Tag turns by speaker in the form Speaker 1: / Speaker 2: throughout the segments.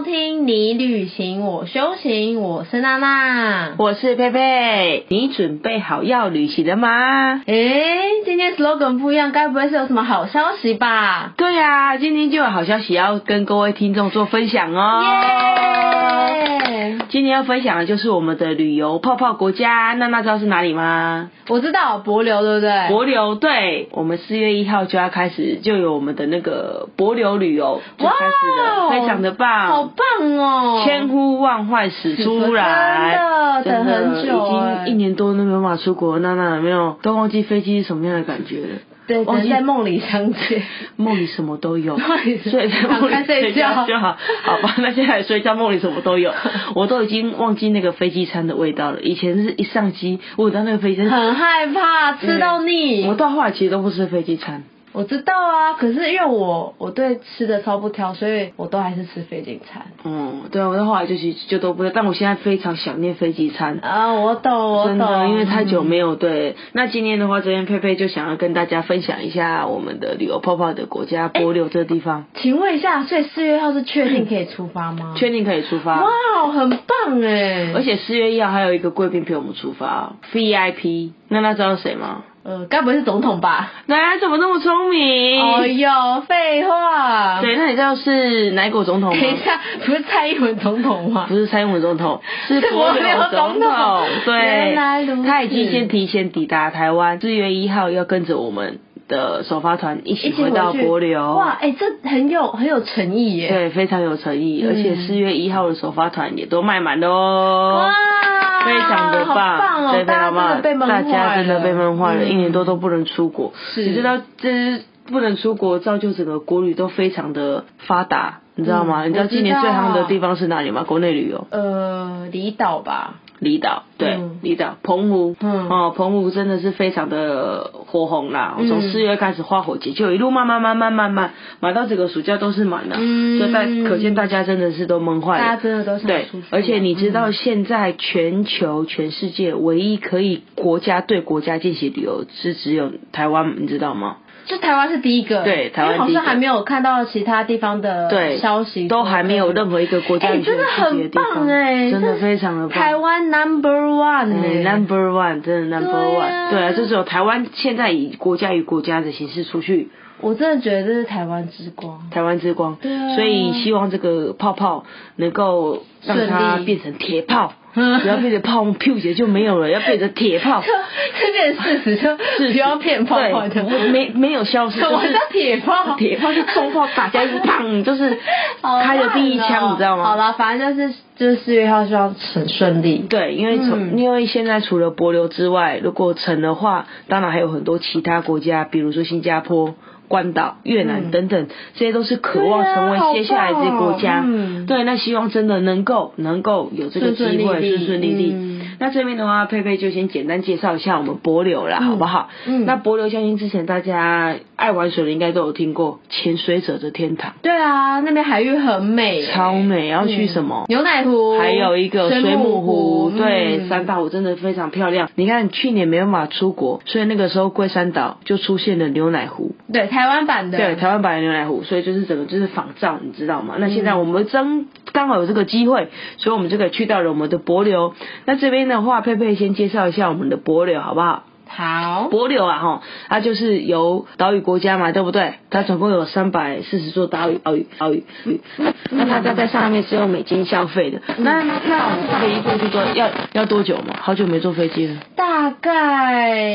Speaker 1: 你旅行，我修行，我是娜娜。
Speaker 2: 我是佩佩，你准备好要旅行了吗？
Speaker 1: 诶，今天 slogan 不一样，该不会是有什么好消息吧？
Speaker 2: 对呀、今天就有好消息要跟各位听众做分享哦。
Speaker 1: 耶！
Speaker 2: 今天要分享的就是我们的旅游泡泡国家，娜娜知道是哪里吗？
Speaker 1: 我知道柏流对不对？
Speaker 2: 帛琉，对，我们四月一号就要开始，就有我们的那个帛琉旅游就开始了，
Speaker 1: 哇哦
Speaker 2: 非常的棒，
Speaker 1: 好棒哦！
Speaker 2: 千呼万唤始出来，
Speaker 1: 真的等很久
Speaker 2: 已
Speaker 1: 哎
Speaker 2: 经一年多都没有办法出国，娜娜有没有都忘记飞机是什么样的感觉了？
Speaker 1: 对，只
Speaker 2: 忘
Speaker 1: 能
Speaker 2: 记
Speaker 1: 在梦里相见。
Speaker 2: 梦里什么都有，
Speaker 1: 梦里
Speaker 2: 所以在梦里
Speaker 1: 赶快睡觉
Speaker 2: 就好，好吧？那现在睡觉梦里什么都 有，我都已经忘记那个飞机餐的味道了。以前是一上机，我闻到那个飞机餐，
Speaker 1: 很害怕吃到腻。
Speaker 2: 我到后来其实都不吃飞机餐。
Speaker 1: 我知道啊，可是因为我我对吃的超不挑，所以我都还是吃飞机餐。
Speaker 2: 嗯，对，我到后来就去就都不吃，但我现在非常想念飞机餐。
Speaker 1: 啊，我懂，我
Speaker 2: 真的，
Speaker 1: 懂，
Speaker 2: 因为太久没有对。那今天的话，这边佩佩就想要跟大家分享一下我们的旅游泡泡的国家
Speaker 1: 哎
Speaker 2: 波流这个地方，
Speaker 1: 请问一下，所以四月一号是确定可以出发吗？
Speaker 2: 确定可以出
Speaker 1: 哇
Speaker 2: 发。，
Speaker 1: 很棒哎！
Speaker 2: 而且四月一号还有一个贵宾陪我们出发，VIP。那他知道谁吗？
Speaker 1: 呃，该不会是总统吧？
Speaker 2: 那怎么那么聪明？
Speaker 1: 哦哟，废话。
Speaker 2: 对，那你知道是哪一国总统
Speaker 1: 等
Speaker 2: 吗？
Speaker 1: 一下，不是蔡英文总统吗
Speaker 2: 不？是蔡英文总统，是
Speaker 1: 是
Speaker 2: 国
Speaker 1: 国民党总
Speaker 2: 总
Speaker 1: 统
Speaker 2: 对
Speaker 1: 原来如，此
Speaker 2: 他已经先提前抵达台湾，四月一号要跟着我们的首发团一起
Speaker 1: 一起
Speaker 2: 回
Speaker 1: 回
Speaker 2: 到
Speaker 1: 去
Speaker 2: 国流。
Speaker 1: 哇，哎、这很有很有诚意耶！
Speaker 2: 对，非常有诚意，
Speaker 1: 嗯
Speaker 2: 而且四月一号的首发团也都卖满了哦。
Speaker 1: 哇，
Speaker 2: 非常的
Speaker 1: 好棒哦！
Speaker 2: 对，非
Speaker 1: 大家真的
Speaker 2: 常棒，
Speaker 1: 被闷坏
Speaker 2: 大
Speaker 1: 了，
Speaker 2: 家真的被闷坏了，
Speaker 1: 嗯
Speaker 2: 一年多都不能出国。
Speaker 1: 是
Speaker 2: 你知道这不能出国，造就整个国旅都非常的发达，你知道吗？
Speaker 1: 嗯
Speaker 2: 你知道
Speaker 1: 我知道
Speaker 2: 今年最夯的地方是哪里
Speaker 1: 啊
Speaker 2: 吗？国内旅游，
Speaker 1: 呃离岛吧，
Speaker 2: 离岛，对
Speaker 1: 嗯，
Speaker 2: 离岛，澎湖，
Speaker 1: 嗯
Speaker 2: 哦，澎湖真的是非常的火红啦。
Speaker 1: 嗯
Speaker 2: 从四月开始花火节就一路慢慢慢慢慢慢满到整个暑假都是满的，
Speaker 1: 嗯
Speaker 2: 所以大可见大家真的是都闷坏了。
Speaker 1: 大家真的都想
Speaker 2: 哎对
Speaker 1: 出去，
Speaker 2: 而且你知道
Speaker 1: 嗯
Speaker 2: 现在全球全世界唯一可以国家对国家进行旅游是只有台湾，你知道吗？
Speaker 1: 就台湾是第一个，
Speaker 2: 对台湾
Speaker 1: 因为好
Speaker 2: 第一个
Speaker 1: 像还没有看到其他地方的
Speaker 2: 对
Speaker 1: 消息，
Speaker 2: 都还没有任何一个国家
Speaker 1: 哎、
Speaker 2: 旅行
Speaker 1: 真
Speaker 2: 有
Speaker 1: 的
Speaker 2: 自己的
Speaker 1: 很
Speaker 2: 地方
Speaker 1: 棒哎、
Speaker 2: 真
Speaker 1: 这
Speaker 2: 的
Speaker 1: 是
Speaker 2: 非常的棒
Speaker 1: 台湾 number one 哎、
Speaker 2: 嗯，Number One，真的 Number
Speaker 1: 对
Speaker 2: One，
Speaker 1: 啊
Speaker 2: 对啊，这只有台湾现在以国家与国家的形式出去，
Speaker 1: 我真的觉得这是台湾之光，
Speaker 2: 台湾之光，
Speaker 1: 对啊
Speaker 2: 所以希望这个泡泡能够让它
Speaker 1: 顺利
Speaker 2: 变成铁泡，
Speaker 1: 嗯
Speaker 2: 不要变成泡沫，屁股节就没有了，要变成铁泡
Speaker 1: 就。 这件事实就
Speaker 2: 事
Speaker 1: 不
Speaker 2: 实
Speaker 1: 要骗泡泡的，
Speaker 2: 对没没有消失，
Speaker 1: 什么
Speaker 2: 就是
Speaker 1: 叫铁炮？
Speaker 2: 铁炮是 重炮打下去，砰，就是
Speaker 1: 好烂哦
Speaker 2: 开了第一枪，你知道吗？
Speaker 1: 好了，反正就是就是四月一号希望很顺利。
Speaker 2: 对，因为从、
Speaker 1: 嗯
Speaker 2: 因为现在除了帛琉之外，如果成的话，当然还有很多其他国家，比如说新加坡、关岛、越南
Speaker 1: 嗯
Speaker 2: 等等，这些都是渴望
Speaker 1: 对啊
Speaker 2: 成为接下来这些国家。
Speaker 1: 好棒哦嗯
Speaker 2: 对，那希望真的能够能够有这个机
Speaker 1: 顺顺
Speaker 2: 会
Speaker 1: 利利
Speaker 2: 顺顺利利。
Speaker 1: 嗯
Speaker 2: 那这边的话，佩佩就先简单介绍一下我们帛琉啦，
Speaker 1: 嗯
Speaker 2: 好不好？
Speaker 1: 嗯
Speaker 2: 那帛琉相信之前大家爱玩水的应该都有听过，潜水者的天堂。
Speaker 1: 对啊，那边海域很美，
Speaker 2: 超美，要去什么？
Speaker 1: 嗯牛奶湖，
Speaker 2: 还有一个哦水母湖，对，
Speaker 1: 嗯
Speaker 2: 三大湖真的非常漂亮。你看去年没办法出国，所以那个时候龟山岛就出现了牛奶湖，
Speaker 1: 对台湾版的，
Speaker 2: 对，台湾版的牛奶湖，所以就是整个就是仿照，你知道吗？那现在我们真刚好有这个机会，所以我们就可以去到了我们的帛琉。那这边的话，佩佩先介绍一下我们的帛琉好不好？
Speaker 1: 好，
Speaker 2: 帛琉啊，哈，它就是由岛屿国家嘛，对不对？它总共有三百四十座岛屿，岛屿，岛屿。那大家在上面是用美金消费的。那那我们飞过去多要要多久嘛？好久没坐飞机了。
Speaker 1: 大概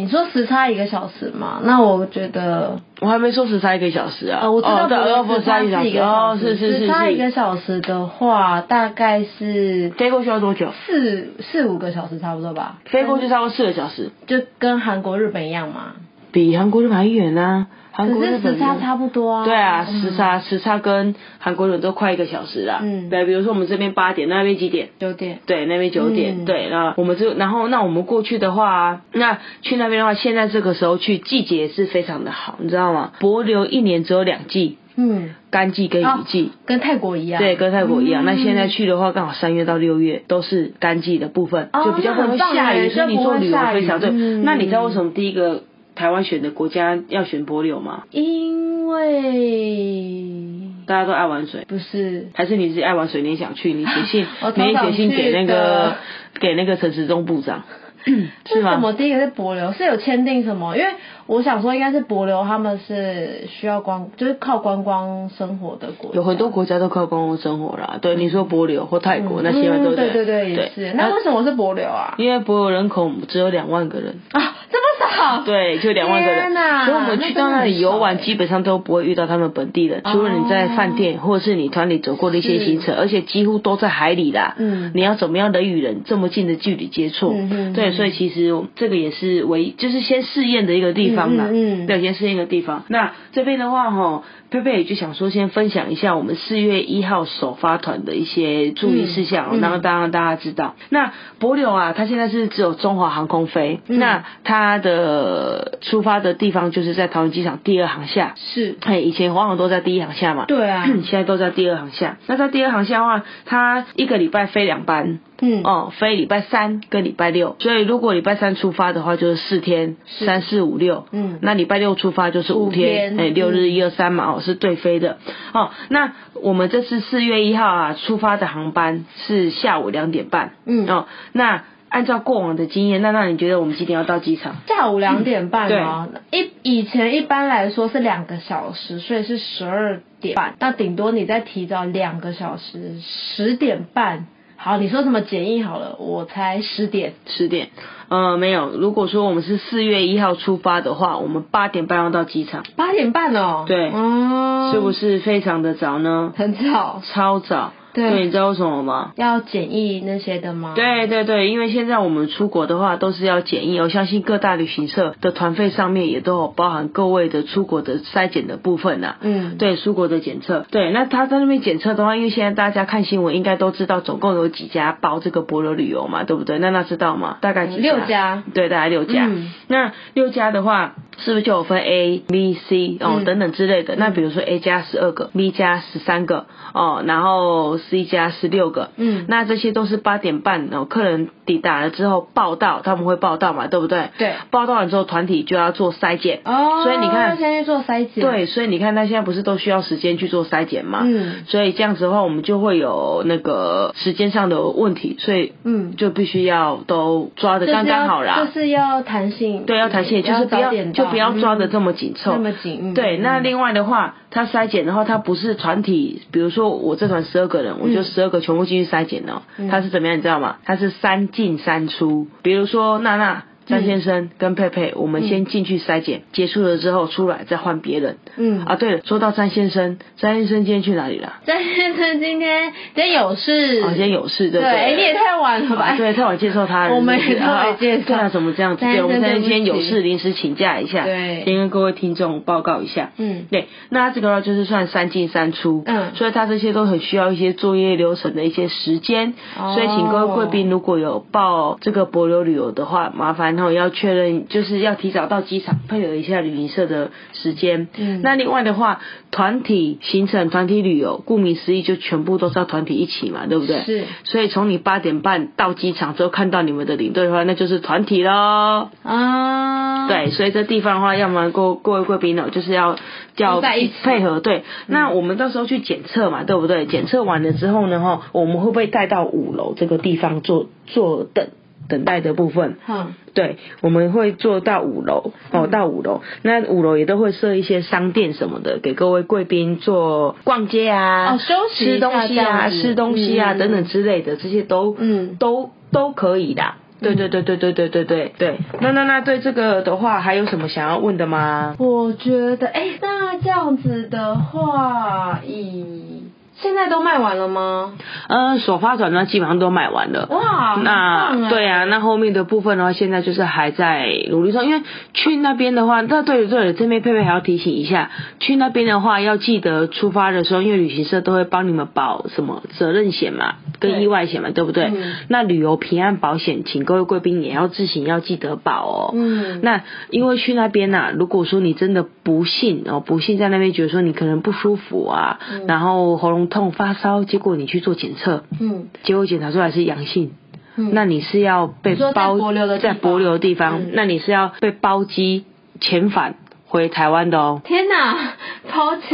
Speaker 1: 你说时差一个小时嘛，那我觉得
Speaker 2: 我还没说时差一个小时啊。
Speaker 1: 呃，我知道
Speaker 2: 哦对，
Speaker 1: 不
Speaker 2: 哦
Speaker 1: 会
Speaker 2: 时差一个
Speaker 1: 是一个
Speaker 2: 哦
Speaker 1: 小，
Speaker 2: 是
Speaker 1: 时，
Speaker 2: 是是
Speaker 1: 时差一个
Speaker 2: 是。
Speaker 1: 小时的话，大概是
Speaker 2: 飞过去要多久？
Speaker 1: 四四五个小时差不多吧，
Speaker 2: 飞过去差不多四个小时，
Speaker 1: 就跟韩国、日本一样嘛，
Speaker 2: 比韩国日本还远啊。
Speaker 1: 可
Speaker 2: 韩国日
Speaker 1: 是
Speaker 2: 本
Speaker 1: 时差
Speaker 2: 呢
Speaker 1: 差不多啊。
Speaker 2: 对啊，
Speaker 1: 嗯
Speaker 2: 时差时差跟韩国人都快一个小时啦。
Speaker 1: 嗯
Speaker 2: 对，比如说我们这边八点，那边几点？
Speaker 1: 有点。
Speaker 2: 对，那边九点，
Speaker 1: 嗯
Speaker 2: 对，那我们就然后那我们过去的话，那去那边的话，现在这个时候去季节是非常的好，你知道吗？帛琉一年只有两季，
Speaker 1: 嗯，
Speaker 2: 干季跟雨季。
Speaker 1: 跟泰国一样。
Speaker 2: 对，跟泰国一样。
Speaker 1: 哦嗯
Speaker 2: 那现在去的话，刚好三月到六月都是干季的部分，
Speaker 1: 哦
Speaker 2: 就比较不会
Speaker 1: 那很棒
Speaker 2: 下雨，
Speaker 1: 耶
Speaker 2: 所以你
Speaker 1: 就不
Speaker 2: 做
Speaker 1: 会
Speaker 2: 旅游
Speaker 1: 下雨
Speaker 2: 非常对。
Speaker 1: 嗯
Speaker 2: 那你知道为什么第一个台湾选的国家要选柏柳吗？
Speaker 1: 因为
Speaker 2: 大家都爱玩水，
Speaker 1: 不是
Speaker 2: 还是你自己爱玩水，你也想去？你写信
Speaker 1: 我，超
Speaker 2: 你也
Speaker 1: 想
Speaker 2: 写信
Speaker 1: 去
Speaker 2: 给
Speaker 1: 的
Speaker 2: 那个给那个陈时中 部长，是
Speaker 1: 为什
Speaker 2: 吗？
Speaker 1: 么第一个是柏流？是有签订什么？因为我想说，应该是柏流他们是需要观，就是靠观光生活的国家，
Speaker 2: 有很多国家都靠公共生活啦，对，你说柏柳或泰国那些嘛，
Speaker 1: 嗯
Speaker 2: 对不
Speaker 1: 对
Speaker 2: 对
Speaker 1: 对，也是。那为什么是柏流啊？
Speaker 2: 因为博友人口只有两万个人，
Speaker 1: 啊，这么少？
Speaker 2: 对，就两万个人
Speaker 1: 天，哪
Speaker 2: 所以我们去到那里游玩，
Speaker 1: 那真的很少欸哦
Speaker 2: 基本上都不会遇到他们本地人，除了你在饭店或者是你团里走过的一些行程，而且几乎都在海里啦。
Speaker 1: 嗯
Speaker 2: 你要怎么样人与人这么近的距离接触？
Speaker 1: 嗯嗯嗯
Speaker 2: 对，所以其实我这个也是唯一，就是先试验的一个地方啦。
Speaker 1: 嗯嗯嗯
Speaker 2: 对，先试验一个地方。那这边的话，哈，佩佩也就想说，先分享一下我们四月一号首发团的一些注意事项哦，
Speaker 1: 嗯嗯
Speaker 2: 然后当然大家知道，那博柳啊，它现在是只有中华航空飞，
Speaker 1: 嗯
Speaker 2: 那它的出发的地方就是在桃园机场第二航厦。
Speaker 1: 是，
Speaker 2: 哎，以前华航都在第一航厦嘛，
Speaker 1: 对啊，
Speaker 2: 现在都在第二航厦。那在第二航厦的话，它一个礼拜飞两班，
Speaker 1: 嗯，
Speaker 2: 哦，飞礼拜三跟礼拜六，所以如果礼拜三出发的话，就是四天，三四五六，
Speaker 1: 嗯
Speaker 2: 那礼拜六出发就是五
Speaker 1: 五天
Speaker 2: 天，哎，六
Speaker 1: 嗯
Speaker 2: 日一二三嘛，哦，是对飞的，哦，那我们这次四月一号啊出发的航班是下午两点半，
Speaker 1: 嗯
Speaker 2: 哦，那按照过往的经验，那那你觉得我们几点要到机场？
Speaker 1: 下午两点半啊，
Speaker 2: 嗯
Speaker 1: 一以前一般来说是两个小时，所以是十二点半。那顶多你再提早两个小时，十点半。好，你说什么简易好了，我才十点。
Speaker 2: 十点，呃，没有。如果说我们是四月一号出发的话，我们八点半要到机场，
Speaker 1: 八点半哦。
Speaker 2: 对
Speaker 1: 嗯，
Speaker 2: 是不是非常的早呢？
Speaker 1: 很早？
Speaker 2: 超早。
Speaker 1: 对
Speaker 2: 你知道为什么吗？
Speaker 1: 要简易那些的吗？，
Speaker 2: 对对对，因为现在我们出国的话都是要检疫，我相信各大旅行社的团费上面也都有包含各位的出国的筛检的部分呐、
Speaker 1: 嗯，
Speaker 2: 对，出国的检测。对，那他在那边检测的话，因为现在大家看新闻应该都知道，总共有几家包这个博流旅游嘛，对不对？那那知道吗？大概几
Speaker 1: 嗯六家
Speaker 2: 对，大概六家。
Speaker 1: 嗯
Speaker 2: 那六家的话，是不是就有分 A、B、C 哦、
Speaker 1: 嗯
Speaker 2: 等等之类的？那比如说 A 加十二个，B 加十三个哦，然后 C 加十六个。
Speaker 1: 嗯
Speaker 2: 那这些都是八点半哦，客人抵达了之后报到，他们会报到嘛，对不对？
Speaker 1: 对
Speaker 2: 报到了之后，团体就要做筛检。
Speaker 1: 哦，
Speaker 2: 所以你看
Speaker 1: 要先去做筛检。，
Speaker 2: 对，所以你看，他现在不是都需要时间去做筛检嘛？
Speaker 1: 啊嗯
Speaker 2: 所以这样子的话，我们就会有那个时间上的问题，所以
Speaker 1: 嗯，
Speaker 2: 就必须要都抓
Speaker 1: 就
Speaker 2: 的
Speaker 1: 是要
Speaker 2: 刚刚好啦。
Speaker 1: 就是要弹性。
Speaker 2: 对，要弹性，就是不
Speaker 1: 早
Speaker 2: 要
Speaker 1: 点
Speaker 2: 就
Speaker 1: 到
Speaker 2: 不要抓的
Speaker 1: 嗯
Speaker 2: 这么紧凑。
Speaker 1: 那么紧。嗯
Speaker 2: 对，那
Speaker 1: 嗯
Speaker 2: 另外的话，它筛检的话，它不是团体，比如说我这团十二个
Speaker 1: 嗯
Speaker 2: 人，我就十二个全部进去筛检哦。它是怎么样，你知道吗？它是三进三出，比如说娜娜。张先
Speaker 1: 嗯
Speaker 2: 生跟佩佩，我们先进去筛检，结束了之后出来再换别人。
Speaker 1: 嗯
Speaker 2: 啊，对了，说到张先生，张先生今天去哪里了？
Speaker 1: 张先生今天今天有事，
Speaker 2: 好像哦有事，对
Speaker 1: 对，
Speaker 2: 不
Speaker 1: 哎你也太晚了吧？
Speaker 2: 啊对，太晚介绍他了。
Speaker 1: 我们也
Speaker 2: 是不是
Speaker 1: 太晚
Speaker 2: 啊
Speaker 1: 介绍
Speaker 2: 对啊，怎么这样子？
Speaker 1: 但是
Speaker 2: 对，我们
Speaker 1: 真的
Speaker 2: 今天
Speaker 1: 对不
Speaker 2: 有
Speaker 1: 起
Speaker 2: 事临时请假一下，
Speaker 1: 对
Speaker 2: 先跟各位听众报告一下。
Speaker 1: 嗯
Speaker 2: 对，那这个呢就是算三进三出，
Speaker 1: 嗯
Speaker 2: 所以他这些都很需要一些作业流程的一些时间，
Speaker 1: 哦
Speaker 2: 所以请各位贵宾如果有报这个博流旅游的话，麻烦然后要确认，就是要提早到机场配合一下旅行社的时间。
Speaker 1: 嗯
Speaker 2: 那另外的话，团体行程、团体旅游，顾名思义就全部都是要团体一起嘛，对不对？
Speaker 1: 是
Speaker 2: 所以从你八点半到机场之后看到你们的领队的话，那就是团体喽。
Speaker 1: 啊，
Speaker 2: 对，所以这地方的话，要么各各位贵宾呢，就是要要
Speaker 1: 在一起嗯
Speaker 2: 配合。对，那我们到时候去检测嘛，对不对？检测完了之后呢，哈，我们会不会带到五楼这个地方做坐等等待的部分？
Speaker 1: 哼，
Speaker 2: 对，我们会做到五楼哦，
Speaker 1: 嗯
Speaker 2: 到五楼。那五楼也都会设一些商店什么的，给各位贵宾做逛街啊、
Speaker 1: 哦休息一
Speaker 2: 吃
Speaker 1: 下
Speaker 2: 东西
Speaker 1: 这
Speaker 2: 啊、
Speaker 1: 样子
Speaker 2: 吃东西啊、
Speaker 1: 嗯
Speaker 2: 等等之类的，这些都
Speaker 1: 嗯
Speaker 2: 都都可以的。对对对对对对对对对。那那那对这个的话，还有什么想要问的吗？
Speaker 1: 我觉得，哎，那这样子的话，以现在都卖完了吗？
Speaker 2: 嗯，首发转呢基本上都买完了。
Speaker 1: 哇，很棒
Speaker 2: 那
Speaker 1: 哎
Speaker 2: 对哦啊，那后面的部分的话，现在就是还在努力上，因为去那边的话，那对了对了，这边佩佩还要提醒一下，去那边的话要记得出发的时候，因为旅行社都会帮你们保什么责任险嘛，跟
Speaker 1: 对
Speaker 2: 意外险嘛，对不对？
Speaker 1: 嗯
Speaker 2: 那旅游平安保险，请各位贵宾也要自行要记得保哦。
Speaker 1: 嗯
Speaker 2: 那因为去那边呐、如果说你真的不幸哦，不幸在那边觉得说你可能不舒服啊，然后喉咙痛、发烧，结果你去做检测，
Speaker 1: 嗯
Speaker 2: 结果检查出来是阳性，
Speaker 1: 嗯
Speaker 2: 那你是要被
Speaker 1: 你说在
Speaker 2: 包
Speaker 1: 柏流的地
Speaker 2: 在
Speaker 1: 方
Speaker 2: 柏流的地方，
Speaker 1: 嗯
Speaker 2: 那你是要被包机遣返回台湾的哦。
Speaker 1: 天哪，包机，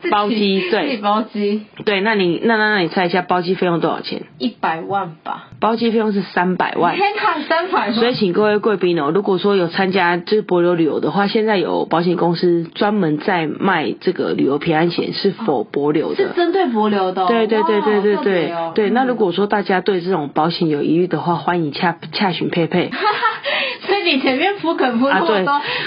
Speaker 1: 自己
Speaker 2: 嗯包机对
Speaker 1: 自己包机
Speaker 2: 对，那你那那那你猜一下包机费用多少钱？
Speaker 1: 一百万吧？
Speaker 2: 包机费用是三百万。
Speaker 1: 天哪，三 百万！
Speaker 2: 所以，请各位贵宾哦，如果说有参加就是博流旅游的话，现在有保险公司专门在卖这个旅游平安险，是否博流的？
Speaker 1: 是针对博流的哦、
Speaker 2: 对对对对
Speaker 1: 哇
Speaker 2: 对
Speaker 1: 好特
Speaker 2: 对
Speaker 1: 别哦
Speaker 2: 对。那
Speaker 1: 嗯
Speaker 2: 如果说大家对这种保险有疑虑的话，欢迎洽洽询佩佩
Speaker 1: 所以你前面铺梗铺那
Speaker 2: 啊。
Speaker 1: 么多，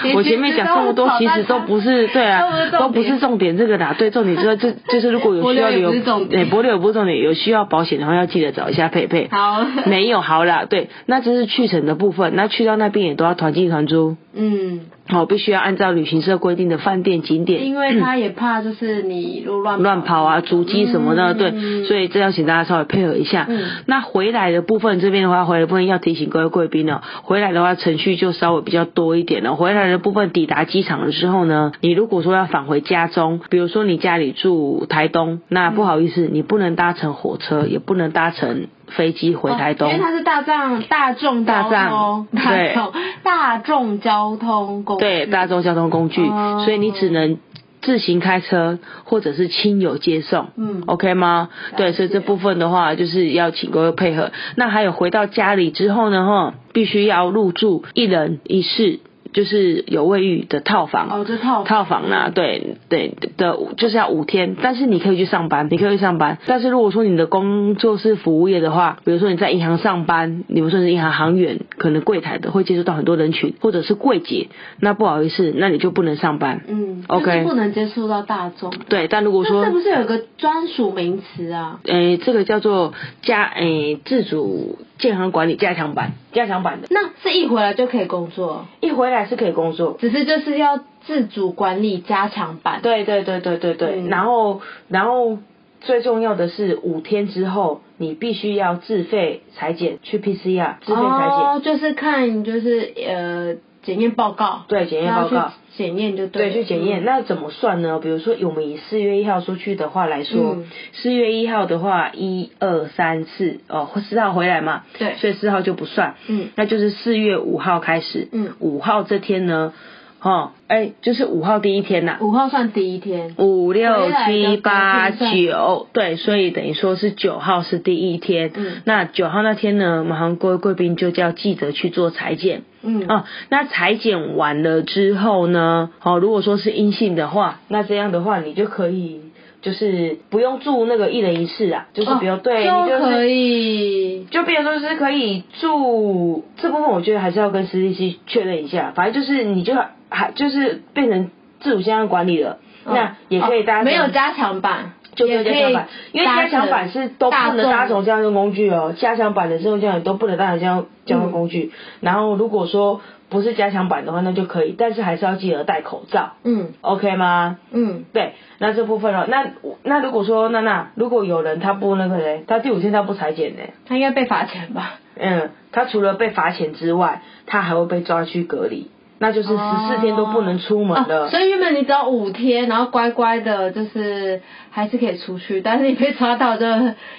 Speaker 1: 你
Speaker 2: 对，我
Speaker 1: 其实
Speaker 2: 前面讲这么多
Speaker 1: 都，
Speaker 2: 其实都不是对 啊，
Speaker 1: 都
Speaker 2: 都
Speaker 1: 不
Speaker 2: 不
Speaker 1: 是重点
Speaker 2: 是重点这个啦。对，重点就是就就是如果有需要旅
Speaker 1: 博流也不
Speaker 2: 游
Speaker 1: 是重，点
Speaker 2: 哎博流也不是重点，有需要保险的话要记得找一下佩 佩。
Speaker 1: 好，
Speaker 2: 没有好啦，对，那这是去程的部分，那去到那边也都要团进团出。
Speaker 1: 嗯，
Speaker 2: 好，哦必须要按照旅行社规定的饭店、景点
Speaker 1: 因为他也怕就是你路乱
Speaker 2: 乱跑啊、足迹什么的，对，所
Speaker 1: 以
Speaker 2: 以这要请大家稍微配合一下。
Speaker 1: 嗯
Speaker 2: 那回来的部分这边的话，回来的部分要提醒各位贵宾哦，回来的话程序就稍微比较多一点了。哦回来的部分抵达机场的时候呢，你如果说要返回家中，比如说你家里住台东，那
Speaker 1: 嗯
Speaker 2: 不好意思，你不能搭乘火车，也不能搭乘飞机回台东。
Speaker 1: 哦因为它是大藏大众交通
Speaker 2: 大藏对
Speaker 1: 众大众交通工具，
Speaker 2: 对，大众交通工具，
Speaker 1: 哦
Speaker 2: 所以你只能自行开车或者是亲友接送。
Speaker 1: 嗯
Speaker 2: OK 吗？对，
Speaker 1: 了解
Speaker 2: 所以这部分的话，就是要请各位配合。那还有回到家里之后呢，哈，必须要入住一人一室，就是有卫浴的套房。
Speaker 1: 哦，这套
Speaker 2: 套房啦、对对的，就是要五天，但是你可以去上班，你可以去上班。但是如果说你的工作是服务业的话，比如说你在银行上班，你们说你是银行行员，可能柜台的会接触到很多人群，或者是柜姐，那不好意思，那你就不能上班。
Speaker 1: 嗯
Speaker 2: OK
Speaker 1: 就是不能接触到大众。
Speaker 2: 对，但如果
Speaker 1: 那
Speaker 2: 说
Speaker 1: 是不是有个专属名词啊？
Speaker 2: 诶，这个叫做加诶自主健康管理加强版，加强版的，
Speaker 1: 那是一回来就可以工作，
Speaker 2: 一回来是可以工作。
Speaker 1: 只是就是要自主管理加强版。
Speaker 2: 对对对对对对，
Speaker 1: 嗯
Speaker 2: 然后然后最重要的是五天之后，你必须要自费裁剪去 PCR 自费裁剪，
Speaker 1: 哦，就是看就是呃检验报告，
Speaker 2: 对检验报告
Speaker 1: 然后去嗯检验就
Speaker 2: 对，
Speaker 1: 了
Speaker 2: 去检验。。那怎么算呢？比如说，我们以四月一号出去的话来说
Speaker 1: 嗯，
Speaker 2: 四、月一号的话，一二三四哦，四号回来嘛，
Speaker 1: 对
Speaker 2: 所以四号就不算，
Speaker 1: 嗯
Speaker 2: 那就是四月五号开始，
Speaker 1: 嗯
Speaker 2: 五号这天呢，哦，哎，就是五号第一天呐、
Speaker 1: 嗯五号算第一天，
Speaker 2: 五六
Speaker 1: 回来的
Speaker 2: 七八
Speaker 1: 隔天
Speaker 2: 九，对，所以等于说是九号是第一天。
Speaker 1: 嗯
Speaker 2: 那九号那天呢，马上各位贵宾就叫记者去做裁剪。
Speaker 1: 嗯，
Speaker 2: 哦，那裁剪完了之后呢，哦，如果说是阴性的话，那这样的话你就可以就是不用住那个一人一室啊，就是不用、对，
Speaker 1: 哦就
Speaker 2: 你就是
Speaker 1: 可以。
Speaker 2: 就变成说是可以住这部分，我觉得还是要跟私立系确认一下。反正就是你就还就是变成自主健康管理了，那也可以大家、
Speaker 1: 哦没有加强版，
Speaker 2: 就没有加强
Speaker 1: 也可
Speaker 2: 版
Speaker 1: 以，
Speaker 2: 因为加强版是都不能搭乘
Speaker 1: 大众。
Speaker 2: 交通工具哦，加强版的这种交通都不能搭乘交交通工
Speaker 1: 嗯
Speaker 2: 具。然后如果说不是加强版的话，那就可以，但是还是要记得戴口罩
Speaker 1: 嗯
Speaker 2: ，OK 吗？
Speaker 1: 嗯，
Speaker 2: 对，那这部分哦，那那如果说娜娜，如果有人他不那个嘞，他第五天他不裁剪嘞，
Speaker 1: 他应该被罚钱吧？
Speaker 2: 嗯，他除了被罚钱之外，他还会被抓去隔离，那就是十四天都不能出门
Speaker 1: 哦
Speaker 2: 了。
Speaker 1: 哦所以原本你只要五天，然后乖乖的，就是还是可以出去，但是你被抓 到就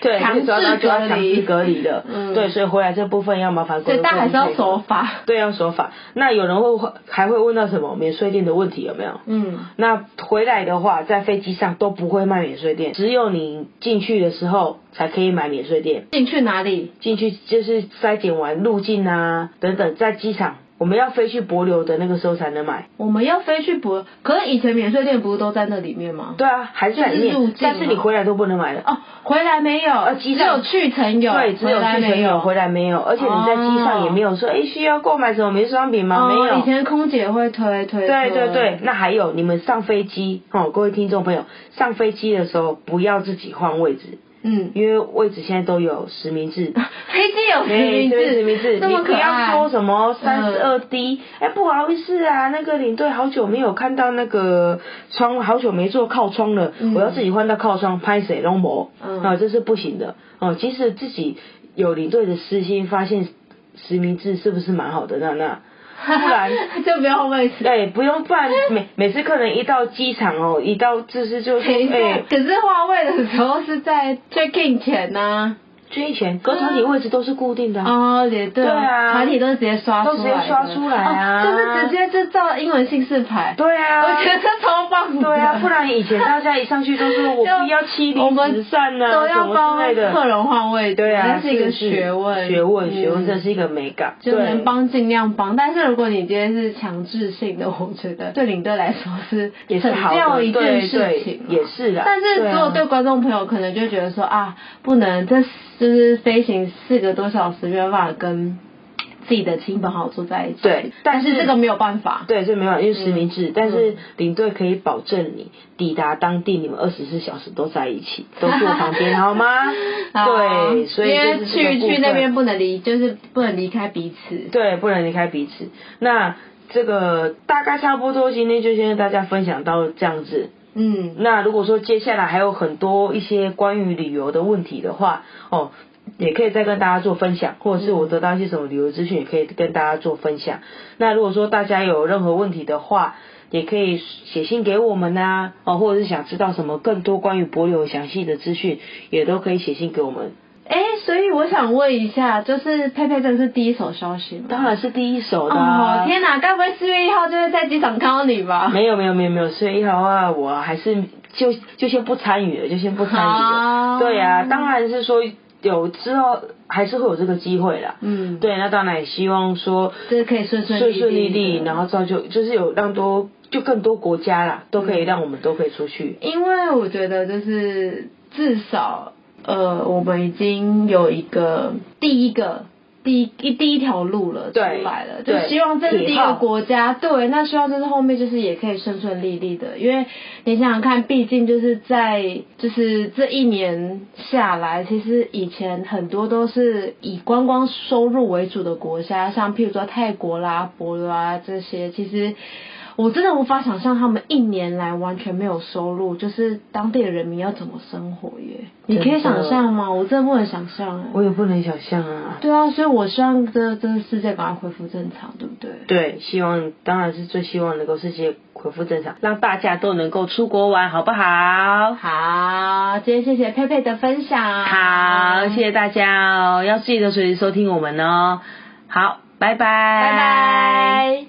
Speaker 2: 对，
Speaker 1: 强
Speaker 2: 被
Speaker 1: 制
Speaker 2: 抓到就要
Speaker 1: 隔
Speaker 2: 强
Speaker 1: 离
Speaker 2: 制隔离的。
Speaker 1: 嗯，
Speaker 2: 对，，所以回来这部分要麻烦各
Speaker 1: 所
Speaker 2: 位
Speaker 1: 以
Speaker 2: 贵宾
Speaker 1: 但还是要
Speaker 2: 配合
Speaker 1: 守法。
Speaker 2: 对，要守法。那有人会还会问到什么免税店的问题有没有？
Speaker 1: 嗯，
Speaker 2: 那回来的话，在飞机上都不会卖免税店，只有你进去的时候才可以买免税店。
Speaker 1: 进去哪里？
Speaker 2: 进去就是筛检完路径啊等等，在机场我们要飞去博流的那个时候才能买。
Speaker 1: 我们要飞去博，可是以前免税店不是都在那里面吗？
Speaker 2: 对啊，还在里
Speaker 1: 就是入
Speaker 2: 面
Speaker 1: 境，
Speaker 2: 但是
Speaker 1: 嘛
Speaker 2: 你回来都不能买了。
Speaker 1: 哦，回来没有，
Speaker 2: 呃
Speaker 1: 只
Speaker 2: 机上
Speaker 1: 有去程有，
Speaker 2: 对，只有
Speaker 1: 回来
Speaker 2: 去程
Speaker 1: 没
Speaker 2: 有，回来没有，而且你在机上也没有说，哎、需要购买什么免税商品吗？没
Speaker 1: 哦，以
Speaker 2: 有。
Speaker 1: 前空姐会推推。推
Speaker 2: 对对对，。那还有你们上飞机哦，各位听众朋友，上飞机的时候不要自己换位置，
Speaker 1: 嗯，
Speaker 2: 因为位置现在都有实名 制。
Speaker 1: 飞机有实
Speaker 2: 对，
Speaker 1: 名制，
Speaker 2: 实名制，
Speaker 1: 这
Speaker 2: 你
Speaker 1: 么
Speaker 2: 不
Speaker 1: 可
Speaker 2: 要
Speaker 1: 爱。嗯
Speaker 2: 说什么三十二 D，哎，不好意思啊，那个领队好久没有看到那个窗，好久没坐靠窗了，
Speaker 1: 嗯
Speaker 2: 我要自己换到靠窗拍谁弄魔，
Speaker 1: 嗯
Speaker 2: 啊，这是不行的，哦，即使自己有领队的私心，发现实名制是不是蛮好的那那。 不然
Speaker 1: 就不要位置。
Speaker 2: 哎，不用，不然每每次客人一到机场哦，一到就是就
Speaker 1: 等一
Speaker 2: 是
Speaker 1: 下
Speaker 2: 哎，
Speaker 1: 可是换位的时候是在 check in 前呐、啊
Speaker 2: 军犬隔团体位置都是固定的啊，
Speaker 1: 哦，也对
Speaker 2: 对啊
Speaker 1: 团体都是直接刷出来的，
Speaker 2: 都直接刷出来啊
Speaker 1: 哦就是直接就照英文姓氏排。
Speaker 2: 对啊，
Speaker 1: 我觉得超棒的。
Speaker 2: 对啊，不然以前大家一上去 都说我
Speaker 1: 要
Speaker 2: 不要欺
Speaker 1: 我
Speaker 2: 凌
Speaker 1: 们
Speaker 2: 慈善呐、
Speaker 1: 都
Speaker 2: 什
Speaker 1: 要帮
Speaker 2: 么之类的。
Speaker 1: 客人换位置，
Speaker 2: 对啊，
Speaker 1: 那是一个
Speaker 2: 是
Speaker 1: 学问，
Speaker 2: 学问，学问，
Speaker 1: 嗯
Speaker 2: 这是一个美感，
Speaker 1: 就
Speaker 2: 对
Speaker 1: 能帮尽量帮，但是如果你今天是强制性的，我觉得对领队来说是
Speaker 2: 也是
Speaker 1: 很
Speaker 2: 好
Speaker 1: 掉
Speaker 2: 的，
Speaker 1: 一件
Speaker 2: 对
Speaker 1: 事
Speaker 2: 对
Speaker 1: 情，，啊
Speaker 2: 也。是的。
Speaker 1: 但是
Speaker 2: 啊
Speaker 1: 如果对观众朋友可能就觉得说啊，不能这就是飞行四个多小时没有办法跟自己的亲朋好友住在一起。
Speaker 2: 对
Speaker 1: 但
Speaker 2: 但
Speaker 1: 是
Speaker 2: 是
Speaker 1: 这个没有办法。
Speaker 2: 对，这没办法，因为实名制，但
Speaker 1: 嗯
Speaker 2: 是领队可以保证你抵达当地，你们二十四小时都在一起，都坐旁边，好吗？
Speaker 1: 好
Speaker 2: 对，所以
Speaker 1: 因
Speaker 2: 这
Speaker 1: 为
Speaker 2: 是这个
Speaker 1: 去
Speaker 2: 部
Speaker 1: 去
Speaker 2: 分
Speaker 1: 那边不能离，就是不能离开彼此。
Speaker 2: 对，不能离开彼此。那这个大概差不多，今天就先跟大家分享到这样子。
Speaker 1: 嗯，
Speaker 2: 那如果说接下来还有很多一些关于旅游的问题的话，哦，也可以再跟大家做分享，或者是我得到一些什么旅游资讯，也可以跟大家做分享。那如果说大家有任何问题的话，也可以写信给我们呐、哦，或者是想知道什么更多关于博流详细的资讯，也都可以写信给我们。
Speaker 1: 哎、所以我想问一下，就是佩佩这个是第一手消息吗？
Speaker 2: 当然是第一手的、啊。
Speaker 1: 哦，天哪，该不会四月一号就会在机场看到你吧？
Speaker 2: 没有没有没有没有，所以一号啊，我还是就就先不参与了，就先不参与
Speaker 1: 啊
Speaker 2: 了。对呀、啊，当然是说有之后还是会有这个机会啦。
Speaker 1: 嗯，，
Speaker 2: 对，那当然也希望说
Speaker 1: 就是可以顺顺
Speaker 2: 顺顺利利，
Speaker 1: 的
Speaker 2: 然后造就就是有让多就更多国家啦，都可以让我们都可以出去。
Speaker 1: 因为我觉得就是至少呃，我们已经有一个第一个。第一第一条路了，出
Speaker 2: 对
Speaker 1: 来了，就
Speaker 2: 对
Speaker 1: 希望这是第一
Speaker 2: 铁
Speaker 1: 个
Speaker 2: 号
Speaker 1: 国家，对，那希望就是后面就是也可以顺顺利利的，因为你想想看，毕竟就是在就是这一年下来，其实以前很多都是以观光收入为主的国家，像譬如说泰国啦、博罗啊这些，其实我真的无法想象他们一年来完全没有收入，就是当地的人民要怎么生活耶？你可以
Speaker 2: 真的
Speaker 1: 想象吗？我真的不能想象哎。
Speaker 2: 我也不能想象啊。
Speaker 1: 对啊，所以我希望这这个世界赶快恢复正常，对不对？
Speaker 2: 对，希望当然是最希望能够世界恢复正常，让大家都能够出国玩，好不好？
Speaker 1: 好，今天谢谢佩佩的分享。
Speaker 2: 好，谢谢大家哦，要记得随时收听我们哦。好，拜拜，
Speaker 1: 拜拜。